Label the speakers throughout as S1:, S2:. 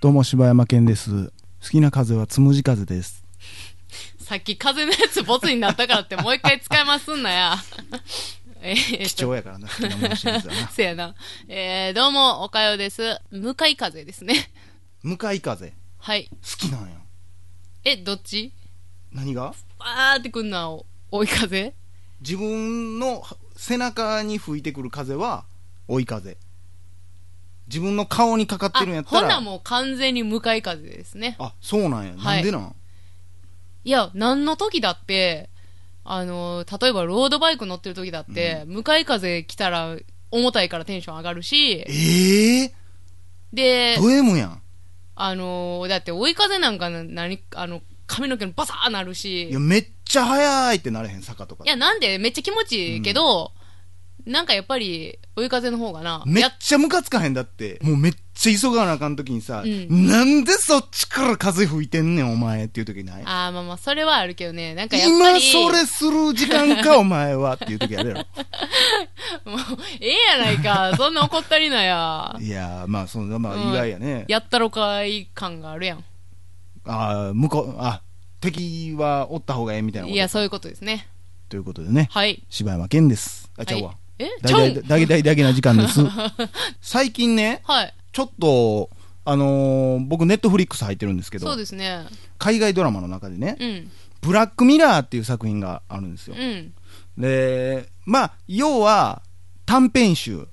S1: どうも柴山健です好きな風はつむじ風です
S2: さっき風のやつボツになったからってもう一回使いますんなや。え ー
S1: 貴重やからな好きなものシリーズはな
S2: せやな。えー、どうも、おかよです。向かい風ですね。
S1: 向かい風好
S2: はい。
S1: きなんや
S2: え、どっち
S1: 何が
S2: バーってくんな、お追い風
S1: 自分の背中に吹いてくる風は追い風自分の顔にかかっ
S2: あ
S1: てるんや、った
S2: ほ
S1: ら
S2: なもう完全に向かい風ですね。
S1: あそうなんや、
S2: はい
S1: なんでなん
S2: いや、何の時だって、あの、例えばロードバイク乗ってる時だって、向かい風来たら重たいからテンション上がるし、
S1: ええ
S2: で
S1: ー、、ド M やん
S2: あの、だって追い風なんかな何、あの、髪の毛のバサーなるし、
S1: いやめっちゃ速いってなれへん坂とか
S2: いや、なんで、めっちゃ気持ちいいけど、なんかやっぱり、追い風の方がな、
S1: めっ
S2: や
S1: ちゃムカつかへんだってもうめっちゃ急がなあかん時にさ、
S2: うん
S1: なんでそっちから風吹いてんねんお前っていう時ない
S2: あーまあまあ、それはあるけどね、なんかやっぱ
S1: 今
S2: り、
S1: それする時間かお前はっていう時あるやろ
S2: もうええやない か、そんな怒ったりなや、
S1: いやーまあそのまあ
S2: うん
S1: 意外やね、
S2: やったろかい感があるやん。
S1: ああ向こうあ敵はおった方がええみたいなこ
S2: い
S1: と
S2: や、そういうことですね。
S1: ということでね
S2: はい。
S1: 柴山健ですあち
S2: は
S1: ゃう
S2: い
S1: わ、
S2: え
S1: 大
S2: ちゃ
S1: 々
S2: うん
S1: だけだけだけな時間です 最近ね
S2: はい。
S1: ちょっとあのー僕ネットフリックス入ってるんですけ
S2: そう
S1: ど
S2: ですね。
S1: 海外ドラマの中でね
S2: うん。
S1: 「ブラックミラー」っていう作品があるんですよ
S2: うん。
S1: でまあ要は短編集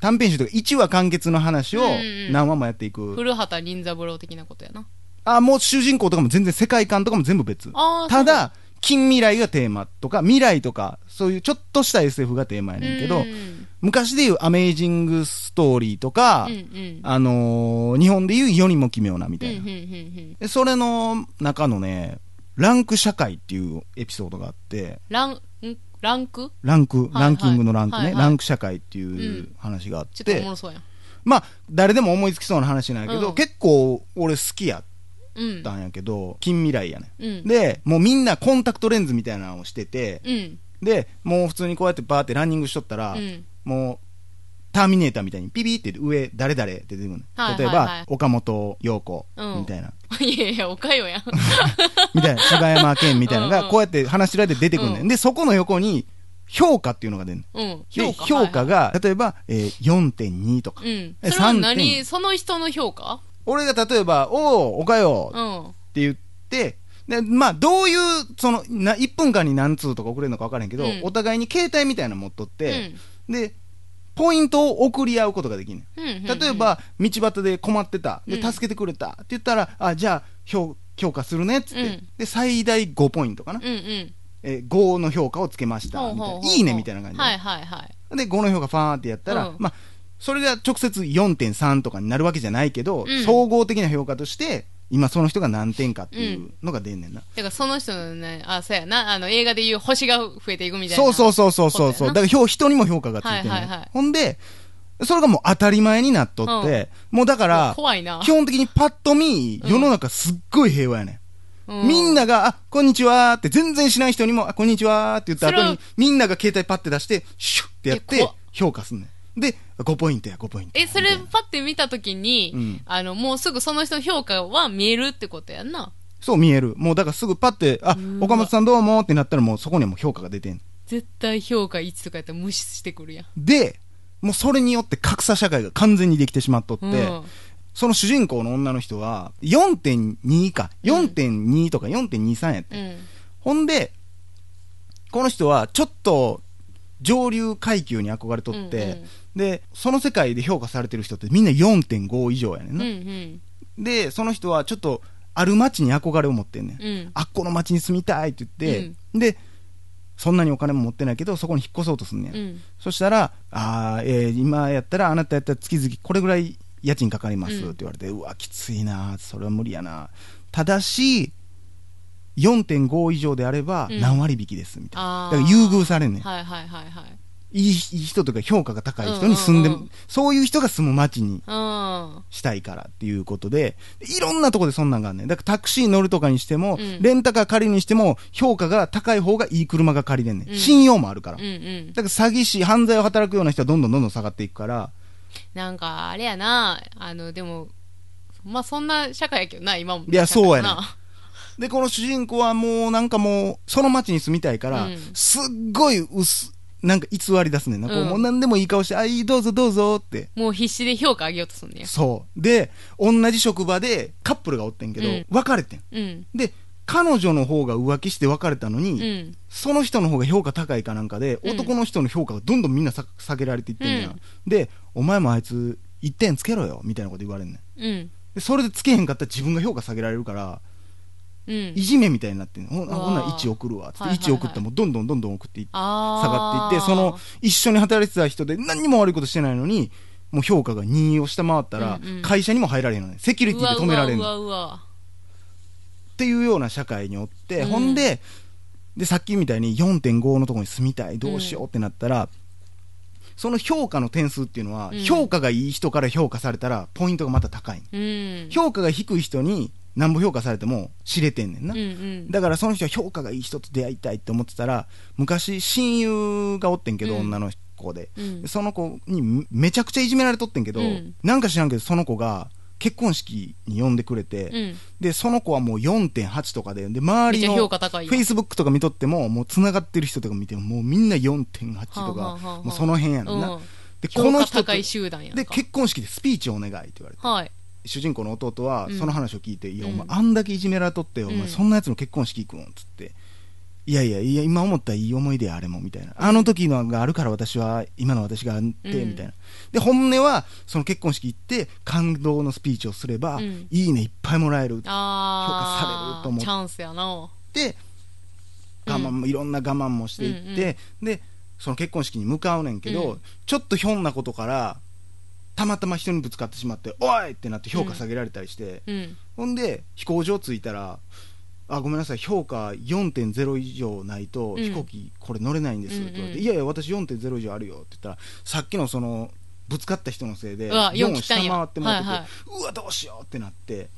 S1: 短編集というか1話完結の話を
S2: うんうん
S1: 何話もやっていく、
S2: 古畑任三郎的なことやな。
S1: あもう主人公とかも全然世界観とかも全部別
S2: ああ、
S1: た
S2: そう、
S1: だ近未来がテーマとか未来とかそういうちょっとした SF がテーマやねんけど、
S2: うん
S1: 昔でいう「アメイジングストーリー」とか、
S2: うんうん。
S1: あのー日本でいう「世にも奇妙な」み
S2: う
S1: た
S2: んう
S1: い
S2: ん
S1: な、
S2: うんうん。
S1: でそれの中のね「ランク社会」っていうエピソードがあって
S2: ラン、んランク
S1: ランク、
S2: はい
S1: ランキングのランクね、
S2: はいはい
S1: ランク社会っていうう話があっ
S2: ちょっと
S1: て、
S2: おもろそうやん。
S1: まあ誰でも思いつきそうな話なんやけど、
S2: うん
S1: 結構俺好きや
S2: うん
S1: っ。たんやけど近未来やね
S2: うん。
S1: でもうみんなコンタクトレンズみたいなのをしてて
S2: うん。
S1: でもう普通にこうやってバーってランニングしとったら、
S2: うん。
S1: もうターミネーターみたいにピピって上誰々って出てくるの、
S2: はいはいはい
S1: 例えば岡本陽子みたいな、
S2: いやいや、おかよや ん。
S1: み たいな柴山健みたいなの
S2: うんう
S1: が
S2: ん
S1: こうやって話しられて出てくるね、
S2: うん
S1: でそこの横に評価っていうのが出るの
S2: うん。
S1: で
S2: 評価。
S1: 評価
S2: が。
S1: が、例えば、えー4.2とか、
S2: うん。
S1: え
S2: それは
S1: 3
S2: 何
S1: 点
S2: その人の評価
S1: 俺が例えば「おおおかよ」っ
S2: うん。
S1: て言って、でまあ、どういうそのな1分間に何通とか送れるのか分からへんけど、
S2: うん
S1: お互いに携帯みたいなの持っとっ
S2: う
S1: て、
S2: ん。
S1: でポイントを送り合うことができんねん
S2: うんうん。
S1: 例えば、道端で困ってたで
S2: うん
S1: 助けてくれたって言ったら「あじゃあ評評価するね」っつって、
S2: うん
S1: で最大5ポイントかな、
S2: うんうん。
S1: えー5の評価をつけました
S2: ほう
S1: みたい
S2: ほうほう
S1: な「いいね」みたいな感じで、
S2: はいはいはい。
S1: で、5の評価ファーってやったら、
S2: うん
S1: まあ、それが直接4.3とかになるわけじゃないけど、
S2: うん
S1: 総合的な評価として、今その人が何点かっていうのが出んねんな。
S2: てか、その人のね、あ、そうやな、あの、映画でいう星が増えていくみたいな。
S1: そうそうそうそうそう
S2: こと
S1: そう。
S2: や
S1: だ
S2: な
S1: から評人にも評価がついてる、ね
S2: はいはいはい
S1: ほんで、それがもう当たり前になっとって、もうだから、
S2: 怖いな。
S1: 基本的にパッと見、
S2: うん
S1: 世の中すっごい平和やねん。
S2: う
S1: みん、なが、あ、こんにちはーって全然しない人にも、あ、こんにちはーって言った後
S2: それ
S1: に
S2: を、
S1: みんなが携帯パッて出して、シュッってやっ
S2: え
S1: て
S2: 怖っ、
S1: 評価すんねん。で、5ポイントや、5ポイントや。
S2: え、それパッて見たときに、
S1: うん
S2: あの、もうすぐその人の評価は見えるってことやんな。
S1: そう見える。もうだからすぐパって、あ
S2: うー、わ
S1: 岡本さんどうもってなったらもうそこにはもう評価が出てん。
S2: 絶対評価1とかやったら無視してくるやん。
S1: で、もうそれによって格差社会が完全にできてしまっとって、
S2: うん。
S1: その主人公の女の人は4.2か、4.2とか4.23やって、
S2: うん。
S1: ほんで、この人はちょっと上流階級に憧れとって、
S2: うんうん
S1: で、その世界で評価されてる人ってみんな4.5以上やねん
S2: うんう
S1: な。
S2: ん。
S1: で、その人はちょっとある街に憧れを持ってんねん。
S2: うん。
S1: あっこの町に住みたいって言って、でそんなにお金も持ってないけどそこに引っ越そうとすんねん、
S2: うん。
S1: そしたら「あー、えー今やったらあなたやったら月々これぐらい家賃かかります」って
S2: うん
S1: 言われて、うわきついなそれは無理やなただし4.5以上であれば
S2: うん
S1: 何割引きですみたいな、
S2: あー
S1: だから優遇されんねん
S2: はいはいはいはい。
S1: いいいい人というか評価が高い人に住んで、
S2: うんうんうん
S1: そういう人が住む街に
S2: うん。
S1: したいからっていうことで、いろんなとこでそんなんがあんねん。だからタクシー乗るとかにしても、
S2: うん
S1: レンタカー借りるにしても、評価が高い方がいい車が借りれんねん。
S2: うん
S1: 信用もあるから。
S2: うんうん。
S1: だから詐欺師、犯罪を働くような人はどんどんどんどん下がっていくから、
S2: なんか、あれやな、あの、でも、まあ、そんな社会やけどな、今も。
S1: いやそうやねん
S2: な。
S1: で、この主人公はもうなんかもう、その街に住みたいから、
S2: うん
S1: すっごい薄、なんか偽り出すねんな。こう
S2: うん
S1: もう何でもいい顔して、あ、いい、どうぞどうぞって。
S2: もう必死で評価上げようとすんねや。
S1: そう。で、同じ職場でカップルがおってんけど、
S2: うん
S1: 別れてん。
S2: うん。
S1: で、彼女の方が浮気して別れたのに、
S2: うん。
S1: その人の方が評価高いかなんかで、
S2: うん
S1: 男の人の評価がどんどんみんなさ下げられていってんねや、
S2: うん
S1: で、お前もあいつ1点つけろよ、みたいなこと言われんねん。
S2: うん。
S1: で、それでつけへんかったら自分が評価下げられるから、
S2: うん
S1: い。じめみたいになってんねんほん
S2: うわー
S1: ほんなら1送るわ、つっ
S2: はい
S1: て
S2: はいはい
S1: 1送ってもどんどんどんどん送っていって、下がっ
S2: あー
S1: ていって、その、一緒に働いてた人で何にも悪いことしてないのに、もう評価が2を下回ったら
S2: うんうん、
S1: 会社にも入られへんのね、セキュリティで止められん
S2: う
S1: の。
S2: わうわうわ
S1: っていうような社会におって、
S2: うん
S1: ほんででさっきみたいに4.5のところに住みたいどうしようってなったら、その評価の点数っていうのは、
S2: うん
S1: 評価がいい人から評価されたらポイントがまた高い、
S2: うわうん。
S1: 評価が低い人に何ぼ評価されても知れてんねんな、
S2: うんうん。
S1: だからその人は評価がいい人と出会いたいって思ってたら昔親友がおってんけど、
S2: うん
S1: 女の子で
S2: うん
S1: その子にめめちゃくちゃいじめられとってんけど、
S2: うん
S1: なんか知らんけどその子が結婚式に呼んでくれて、
S2: うん。
S1: で、その子はもう4.8とかで、で、周
S2: め
S1: り
S2: っちゃ
S1: の、
S2: 評
S1: フ
S2: 価高いよ。
S1: ェイスブックとか見とっても、もう繋がってる人とか見ても、もうみんな4.8と
S2: はあはあ
S1: か
S2: はあは、あ
S1: もうその辺やねん
S2: う
S1: な。
S2: ん
S1: で、こ
S2: 評
S1: の
S2: 価
S1: 人と、
S2: 高い
S1: で、
S2: 集団やんか。
S1: 結婚式でスピーチをお願いって言われて、
S2: はい。
S1: 主人公の弟は
S2: うん
S1: その話を聞いて、いや、お前
S2: うん
S1: あんだけいじめられとってよ、お
S2: う
S1: 前
S2: ん
S1: そんなやつの結婚式行くんつって。いやいや、いや、今思ったらいい思い出や、あれも、みたいな。あの時のがあるから私は、今の私があって、
S2: うん
S1: みたいな。で、本音は、その結婚式行って、感動のスピーチをすれば、
S2: うん
S1: いいねいっぱいもらえる。評価される
S2: ああ。
S1: と思う
S2: チャンスやな。
S1: って我慢もいろんな我慢もしていって、でその結婚式に向かうねんけど、
S2: うん
S1: ちょっとひょんなことからたまたま人にぶつかってしまって「おい!」ってなって評価下げられたりして、
S2: うん。
S1: ほんで飛行場着いたら「あごめんなさい評価4.0以上ないと
S2: うん
S1: 飛行機これ乗れないんです」って言われて「
S2: う
S1: い
S2: んうん
S1: やいや私4.0以上あるよ」って言ったらさっきのそのぶつかった人のせいで
S2: うわ
S1: 4
S2: 4
S1: を
S2: 来
S1: 下
S2: たん
S1: 回
S2: や
S1: ってもらってて、
S2: はいはいう
S1: わどうしようってなって。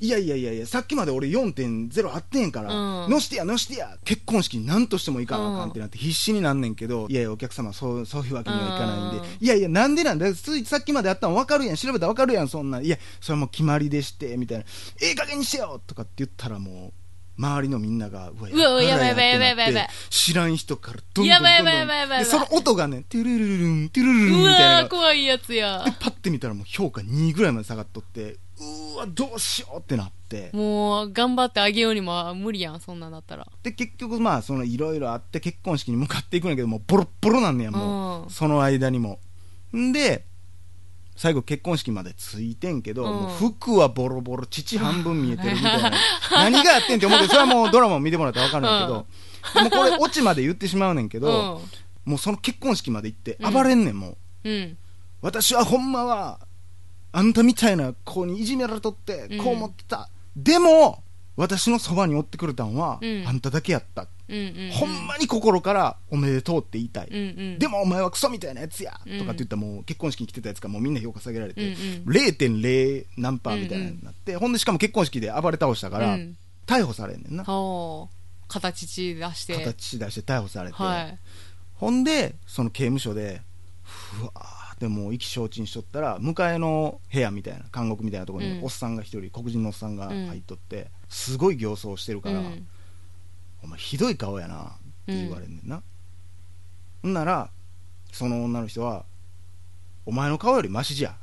S1: いやいやいやいや、さっきまで俺4.0あってんから、
S2: うん
S1: のしてやのしてや、結婚式に何としてもいかんあかんってなって必死になんねんけど、いやいやお客様そう、そういうわけにはいかないん
S2: うん
S1: で、いやいやなんでなんだ、ついさっきまであったの分かるやん、調べたら分かるやん、そんなん、いや、それもう決まりでして、みたいな、ええ加減にしてよとかって言ったらもう、周りのみんなが、うわ
S2: うわ
S1: っ
S2: やばいやばいやばい
S1: って
S2: やば
S1: ないって知らん人からどんどんどんどん
S2: やばいやばいやばいやばい
S1: でその音がね、トゥルルルルン、トゥルルルン
S2: う
S1: みたいな
S2: わ
S1: の
S2: ー
S1: が。
S2: 怖いやつや
S1: で。パッて見たらもう評価2ぐらいまで下がっとってうーわどうしようってなって
S2: もう、頑張ってあげようにも無理やん、そんなんだったら。
S1: で結局まあそのいろいろあって結婚式に向かっていくんやけどもうボロッボロなんねやも
S2: う
S1: うんその間にもんで最後結婚式までついてんけど、
S2: うん
S1: もう服はボロボロ乳半分見えてるみたい な何がやってんって思うけどそれはもうドラマを見てもらったら分かるんやけど、でもこれオチまで言ってしまうねんけ
S2: う
S1: ど、
S2: ん。
S1: もうその結婚式まで行って
S2: うん
S1: 暴れんねんもう、
S2: うん。
S1: 私はほんまはあんたみたいな子にいじめられとって
S2: うん
S1: こう思ってた、でも私のそばにおってくれたんは、
S2: うん
S1: あんただけやった、
S2: うんうん。
S1: ほんまに心からおめでとうって言いたい、
S2: うんうん。
S1: で
S2: も、
S1: もお前はクソみたいなやつや、
S2: うん
S1: とかって言ったらもう結婚式に来てたやつからもうみんな評価下げられて、
S2: うんうん
S1: 0.0何パーみたいなのになって、ほんでしかも結婚式で暴れ倒したから、
S2: うん
S1: 逮捕されんねんな
S2: ほう。形出して。
S1: 形出して逮捕されて、
S2: はい。
S1: ほんでその刑務所でふわーってもう意気消沈しとったら向かいの部屋みたいな監獄みたいなところに
S2: うん
S1: おっさんが一人、黒人のおっさんが入っとって、すごい形相してるから、
S2: うん
S1: お前ひどい顔やなって言われんねんな、ほんならその女の人は「お前の顔よりマシじゃ」って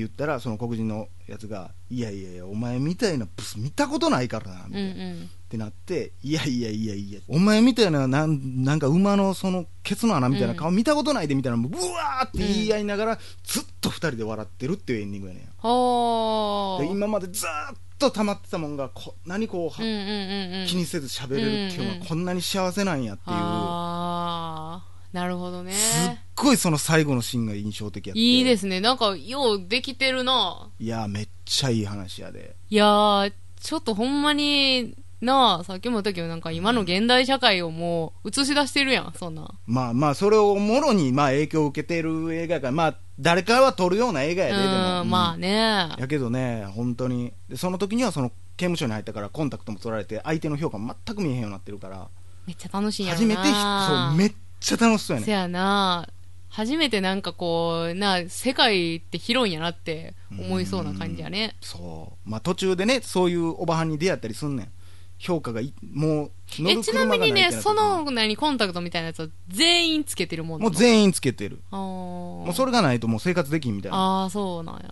S1: 言ったらその黒人のやつが「いやいやいやお前みたいなブス見たことないからな」み
S2: う
S1: た
S2: ん
S1: いうな、
S2: ん。
S1: ってなって、いやいやいやいや、お前みたいな、なんなんか馬のその、ケツの穴みたいな顔見たことないでみたいな、もううわーって言い合いながら、ずっと二人で笑ってるっていうエンディングやねん。
S2: ほう。
S1: で今までずーっと溜まってたもんが、こんなにこう、
S2: うんうんうんうん。
S1: 気にせず喋れるっていうの
S2: うんう
S1: は、
S2: ん
S1: こんなに幸せなんやっていう、
S2: ああ、なるほどね。
S1: すっごいその最後のシーンが印象的やって。。
S2: いいですすね。なんか、ようできてるな。
S1: いやー、めっちゃいい話やで。
S2: いやー、ちょっとほんまに、なあ、さっきも言ったけど、なんか今の現代社会をもう映し出してるやん、そんなん。
S1: まあまあ、それをもろにまあ影響を受けてる映画やから、まあ、誰かは撮るような映画やで、でも。
S2: うん、まあ
S1: あ。
S2: ね。
S1: やけどね、本当に。で、その時にはその刑務所に入ったから、コンタクトも取られて、相手の評価も全く見えへんようになってるから、
S2: めっちゃ楽しいんやろ
S1: 初
S2: な。
S1: めてひ、そう、めっちゃ楽しそうやね
S2: せやな初めてなんかこう、な、世界って広いんやなって思いそうな感じやね。
S1: そう。まあ途中でね、そういうおばはんに出会ったりすんねん。評価がい、もう、乗
S2: え、
S1: る
S2: ちな
S1: 車が
S2: み
S1: ない
S2: に
S1: ってなっ
S2: ね、
S1: てる
S2: その、何、コンタクトみたいなやつは全員つけてるもんな
S1: も
S2: の
S1: う全員つけてる。
S2: あー
S1: もうそれがないともう生活できんみたいな。
S2: あー、そうなんや。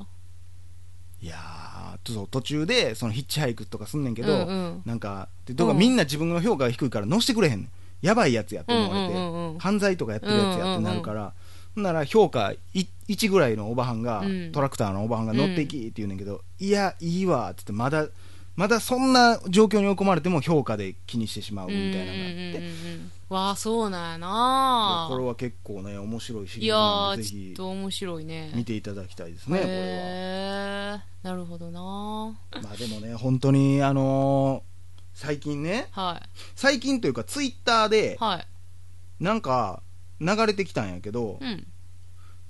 S1: いやー、ちょっと途中で、そのヒッチハイクとかすんねんけど、
S2: うんうん
S1: なんか、でとか
S2: うん
S1: みんな自分の評価が低いから乗してくれへんねん。やばいやつやって思われて、
S2: うんうんうんうん
S1: 犯罪とかやってるやつやってなるから、ほんなら評価1ぐらいのおばはんが、
S2: うん
S1: トラクターのおばはんが乗っていきって言うねんけど、いや、いいわってって、まだ、まだそんな状況に追い込まれても評価で気にしてしまうみたいなのがあって、
S2: うんうんうんうんわあ、そうなんや
S1: いやこれ
S2: な
S1: は結構ね、面白いシ
S2: い
S1: リ
S2: や
S1: ーズなん
S2: ー、
S1: で、ぜ
S2: ちょっ
S1: ひ
S2: と面白いね。
S1: 見ていただきたいですね、これは。
S2: へーなるほどな
S1: まあでもね、本当に、あのー最近ね、
S2: は
S1: 最近というか、ツイッター
S2: い。
S1: で、
S2: はい。
S1: なんか、流れてきたんやけど、
S2: うん。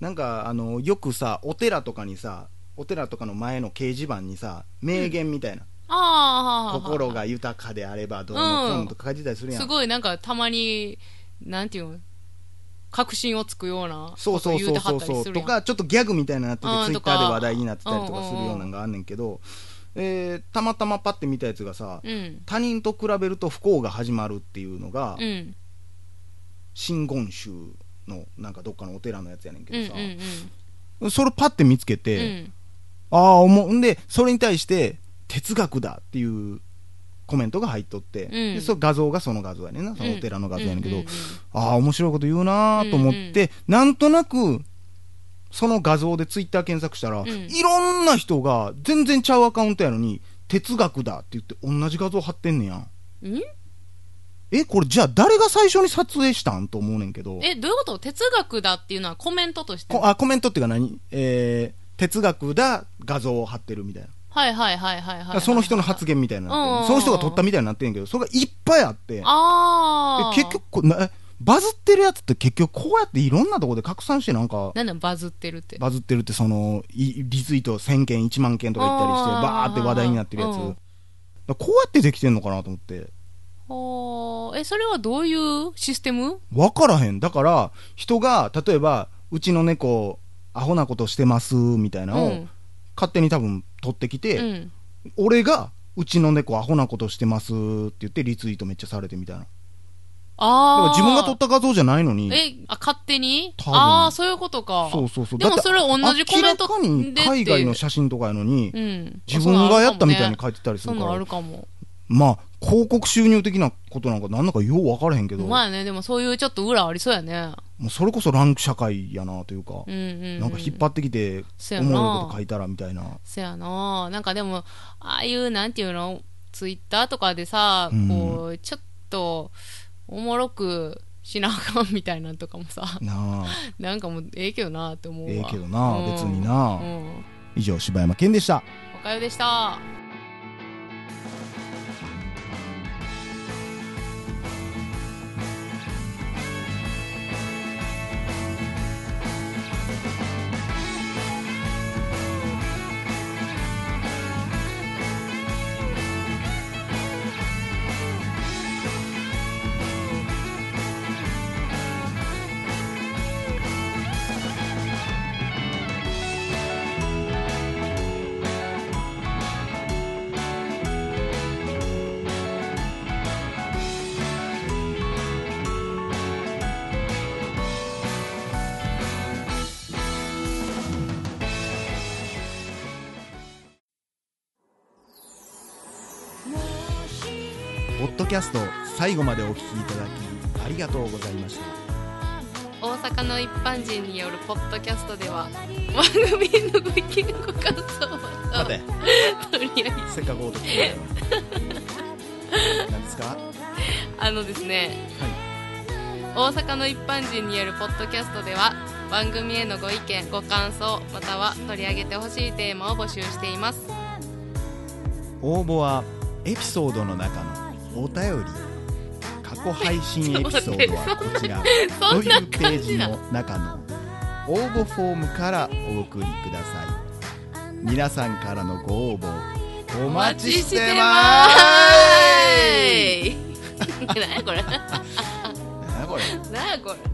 S1: なんか、あのよくさ、お寺とかにさ、お寺とかの前の掲示板にさ、名言みたいな、
S2: ああ、
S1: 心が豊かであればどうのこうのとか書いてたりするやん。
S2: すごいなんかたまに、なんていうの、確信をつくような
S1: そ
S2: こ
S1: う
S2: と
S1: そう
S2: 言う
S1: そう
S2: ては
S1: そ
S2: っ
S1: う
S2: たり
S1: そう
S2: する
S1: と
S2: やん。
S1: かちょっとギャグみたいになってて
S2: うん
S1: ツイッターで話題になってたりと
S2: と
S1: か
S2: か
S1: するようなのがあんねんけど、えーたまたまパッて見たやつがさ、
S2: うん。
S1: 他人と比べると不幸が始まるっていうのが、
S2: うん。
S1: 真言宗のなんかどっかのお寺のやつやねん
S2: うん。う
S1: け
S2: ん
S1: どさ、それパッて見つけ
S2: うん。う
S1: て、
S2: ん。
S1: ああ思うんでそれに対して哲学だっていうコメントが入っとって、
S2: うん
S1: でその画像がその画像やねんなそのお寺の画像やねんけど、
S2: うんうん
S1: ああ面白いこと言うなーと思って、なんとなくその画像でツイッター検索したら、
S2: ん
S1: いろんな人が全然ちゃうアカウントやのに哲学だって言って同じ画像貼ってんねやん
S2: うんん
S1: えこれじゃあ誰が最初に撮影したんと思うねんけど
S2: え、どういうこと哲学だっていうのはコメントとして
S1: こあコメントっていうか何えー哲学だ画像を貼ってるみたいな、
S2: はいはいはいはいはい。
S1: その人の発
S2: 言。
S1: 言みたいになってる、
S2: うんうんうん
S1: その人が撮ったみたいになってんねんけどそれがいっぱいあって
S2: ああ。
S1: で結局こうなえバズってるやつって結局こうやっていろんなところで拡散してなんか
S2: なんだバズってるって。
S1: バズってるってそのいリツイート1000件1万件とか言ったりして
S2: あー
S1: バーって話題になってるやつ、
S2: うん
S1: だからこうやってできてんのかなと思って
S2: ほーえ、それはどういうシステム
S1: 分からへんだから人が例えばうちの猫アホなことしてますみたいなのを、
S2: うん
S1: 勝手に多分取ってきて、
S2: うん。
S1: 俺がうちの猫アホなことしてますって言ってリツイートめっちゃされてみたいなだから
S2: ああ。
S1: 自分が撮った画像じゃないのに
S2: え、あ、勝手に
S1: 多分
S2: ああ、そういうことか。
S1: そうそうそう
S2: でも
S1: だって
S2: それ同じコメント
S1: 明らかに海外の写真とかやのに、
S2: うん。
S1: 自分がやったみたいに書い
S2: て
S1: てたりす
S2: そ
S1: る
S2: ん
S1: か
S2: なの
S1: ら
S2: あるかも。
S1: まあ、広告収入的なことなんか何だかよう分からへんけど、
S2: う
S1: も
S2: まいね。でもそういうちょっと裏ありそうやね。
S1: うそれこそランク社会やなというか
S2: う、んうん、うん。
S1: なんか引っ張ってきて、
S2: そうや
S1: 思
S2: な
S1: うこと書いたらみたいな。
S2: そやななんかでも、ああいう、なんていうの、ツイッターとかでさ、
S1: うん
S2: こう、ちょっと、おもろくしなあかんみたいなんとかもさ、
S1: なあ、
S2: なんかもう、ええけどなって思うわ。
S1: ええけどな
S2: うん
S1: 別にな
S2: うん。
S1: 以上、柴山健でした。
S2: おかよでした。
S1: ポッドキャスト、最後までお聞きいただき、ありがとうございました。
S2: 大阪の一般人によるポッドキャストでは番組へのご意見ご感想また
S1: 待て、
S2: とりあえず
S1: せっかくお得だから。なんですかは
S2: あのですね大阪の一般人によるポッドキャストでは番組へのご意見ご感想または取り上げてほしいテーマを募集しています
S1: い。応募は、エピソードの中のお便り過去配信エピソードはこちら
S2: そ
S1: と
S2: ん
S1: い
S2: な
S1: うペー
S2: 感じ
S1: ジ
S2: な
S1: の中の応募フォームからお送りください皆さんからのご応募お待ちしてま
S2: 何やこれ
S1: すなんやこれ
S2: 何やこれ